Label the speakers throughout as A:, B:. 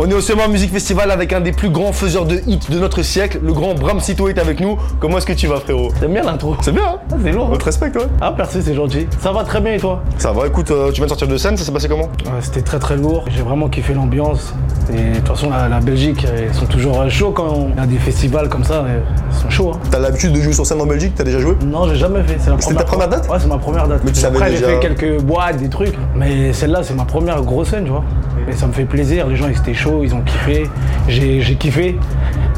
A: On est au Summer Music Festival avec un des plus grands faiseurs de hits de notre siècle, le grand Bram Sito est avec nous. Comment est-ce que tu vas frérot
B: T'aimes bien l'intro
A: C'est bien, hein
B: Ah, C'est lourd.
A: On
B: hein
A: te respecte, ouais.
B: Ah, merci, c'est gentil. Ça va très bien et toi
A: Ça va, écoute, euh, tu viens de sortir de scène, ça s'est passé comment
B: Ouais, C'était très très lourd. J'ai vraiment kiffé l'ambiance. Et de toute façon, la, la Belgique, ils sont toujours euh, chauds quand on a des festivals comme ça. euh, Ils sont chauds. hein.
A: T'as l'habitude de jouer sur scène en Belgique, t'as déjà joué
B: Non, j'ai jamais fait. C'est la
A: C'était ta première date
B: Ouais, c'est ma première date.
A: Mais tu savais
B: Après,
A: déjà-
B: j'ai fait quelques boîtes, des trucs. Mais celle-là, c'est ma première grosse scène, tu vois. Et ça me fait plaisir. Les gens, ils étaient chauds, ils ont kiffé. J'ai j'ai kiffé.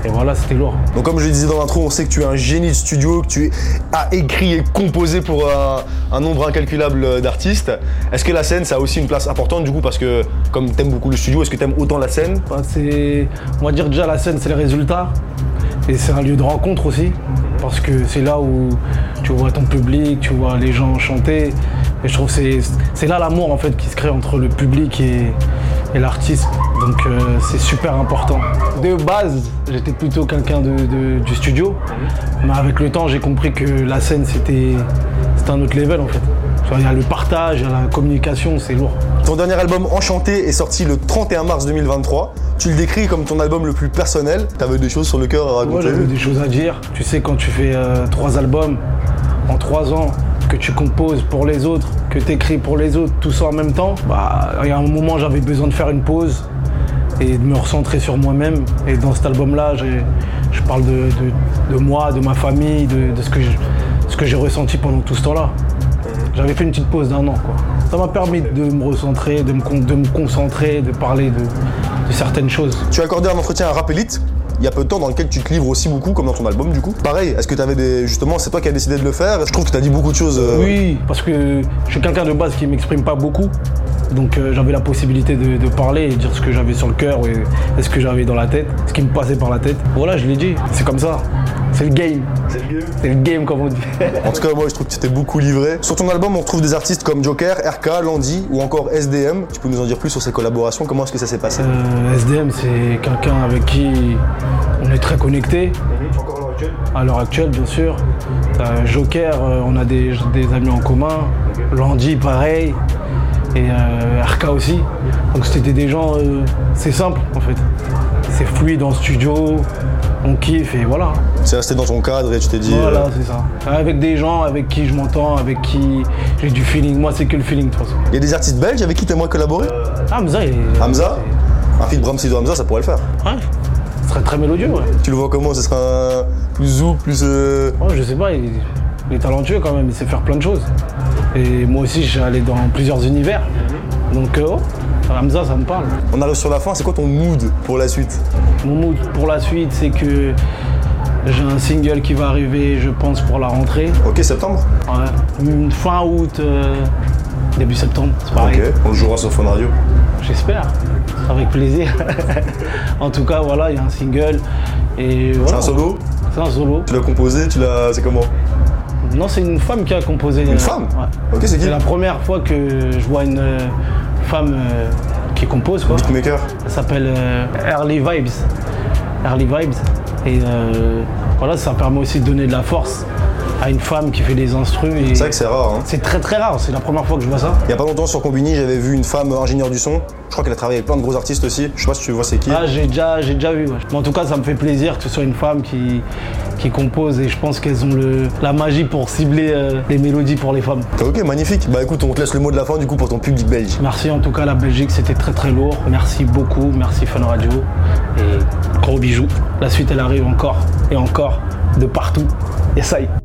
B: Et voilà, c'était lourd.
A: Donc comme je le disais dans l'intro, on sait que tu es un génie de studio, que tu as écrit et composé pour un, un nombre incalculable euh, d'artistes. Est-ce que la scène, ça a aussi une place importante du coup Parce que comme t'aimes beaucoup le studio, est-ce que t'aimes autant la scène
B: Bah, c'est, on va dire déjà la scène, c'est le résultat. Et c'est un lieu de rencontre aussi. Parce que c'est là où tu vois ton public, tu vois les gens chanter. Et je trouve que c'est, c'est là l'amour en fait qui se crée entre le public et, et l'artiste. Donc euh, c'est super important. De base, j'étais plutôt quelqu'un de- de- du studio. Mais avec le temps, j'ai compris que la scène, c'était, c'était un autre level en fait. Tu vois, Il y a le partage, il y a la communication, c'est lourd.
A: Ton dernier album Enchanté est sorti le 31 mars 2023. Tu le décris comme ton album le plus personnel. T'avais des choses sur le cœur à
B: Moi
A: raconter
B: j'avais des choses à dire. Tu sais, quand tu fais euh, trois albums en trois ans, que tu composes pour les autres, que tu écris pour les autres, tout ça en même temps, bah, il y a un moment, j'avais besoin de faire une pause et de me recentrer sur moi-même. Et dans cet album-là, j'ai- je parle de, de- de moi, de ma famille, de, de ce que je- ce que j'ai ressenti pendant tout ce temps-là. J'avais fait une petite pause d'un an. Quoi. Ça m'a permis de me recentrer, de me, con- de me concentrer, de parler de- de certaines choses.
A: Tu as accordé un entretien à Rapelite il y a peu de temps dans lequel tu te livres aussi beaucoup comme dans ton album du coup. Pareil, est-ce que t'avais des. Justement, c'est toi qui as décidé de le faire. Je trouve que t'as dit beaucoup de choses. euh,
B: Oui, parce que je suis quelqu'un de base qui m'exprime pas beaucoup. Donc euh, j'avais la possibilité de, de parler et dire ce que j'avais sur le cœur et, et ce que j'avais dans la tête, ce qui me passait par la tête. Voilà, je l'ai dit, c'est comme ça. C'est le game. C'est le game. C'est le game comme on dit.
A: En tout cas, moi, je trouve que tu t'es beaucoup livré. Sur ton album, on retrouve des artistes comme Joker, RK, Landy ou encore SDM. Tu peux nous en dire plus sur ces collaborations Comment est-ce que ça s'est passé
B: Euh, SDM, c'est quelqu'un avec qui on est très connecté. À l'heure actuelle, bien sûr. Euh, Joker, euh, on a des, des amis en commun. Landy, pareil. Et euh, RK aussi. Donc c'était des gens, euh, c'est simple en fait. C'est fluide en studio, on kiffe et voilà.
A: C'est resté dans ton cadre et tu t'es dit. euh,
B: Voilà, c'est ça. Avec des gens avec qui je m'entends, avec qui j'ai du feeling. Moi, c'est que le feeling de toute façon.
A: Il y a des artistes belges avec qui t'aimerais collaborer
B: Hamza, il est-
A: Hamza Un feat Bram Sido Hamza, ça pourrait le faire.
B: Ouais, ce serait très mélodieux, ouais.
A: Tu le vois comment Ce sera un plus zouk, plus. euh,
B: Oh, je sais pas, il, il est talentueux quand même, il sait faire plein de choses. Et moi aussi, j'ai allé dans plusieurs univers. Donc, euh, oh, Hamza, ça me parle.
A: On arrive sur la fin, c'est quoi ton mood pour la suite
B: Mon mood pour la suite, c'est que j'ai un single qui va arriver, je pense, pour la rentrée.
A: Ok, septembre
B: Ouais. Une Fin août, euh, début septembre, c'est pareil.
A: Ok, on le jouera sur Fun Radio.
B: J'espère, avec plaisir. en tout cas, voilà, il y a un single. Et
A: C'est
B: voilà.
A: un solo
B: C'est un solo.
A: Tu l'as composé Tu l'as. C'est comment
B: Non, c'est une femme qui a composé.
A: Une femme
B: Euh, Ouais.
A: Ok, c'est qui
B: C'est la première fois que je vois une euh, femme euh, qui compose quoi.
A: Beatmaker
B: Elle s'appelle euh, Early Vibes. Early Vibes. Et euh, voilà, ça permet aussi de donner de la force à une femme qui fait des instrus. et-
A: C'est vrai que c'est rare, hein.
B: C'est très très rare, c'est la première fois que je vois ça.
A: Il y a pas longtemps sur Combini, j'avais vu une femme euh, ingénieure du son. Je crois qu'elle a travaillé avec plein de gros artistes aussi. Je sais pas si tu vois c'est qui.
B: Ah, j'ai déjà, j'ai déjà vu. ouais. Mais en tout cas, ça me fait plaisir que ce soit une femme qui, qui compose et je pense qu'elles ont le, la magie pour cibler euh, les mélodies pour les femmes.
A: Ok, magnifique. Bah écoute, on te laisse le mot de la fin du coup pour ton public belge.
B: Merci en tout cas la Belgique, c'était très très lourd. Merci beaucoup, merci Fun Radio et gros bijoux. La suite elle arrive encore et encore de partout. Et ça y est.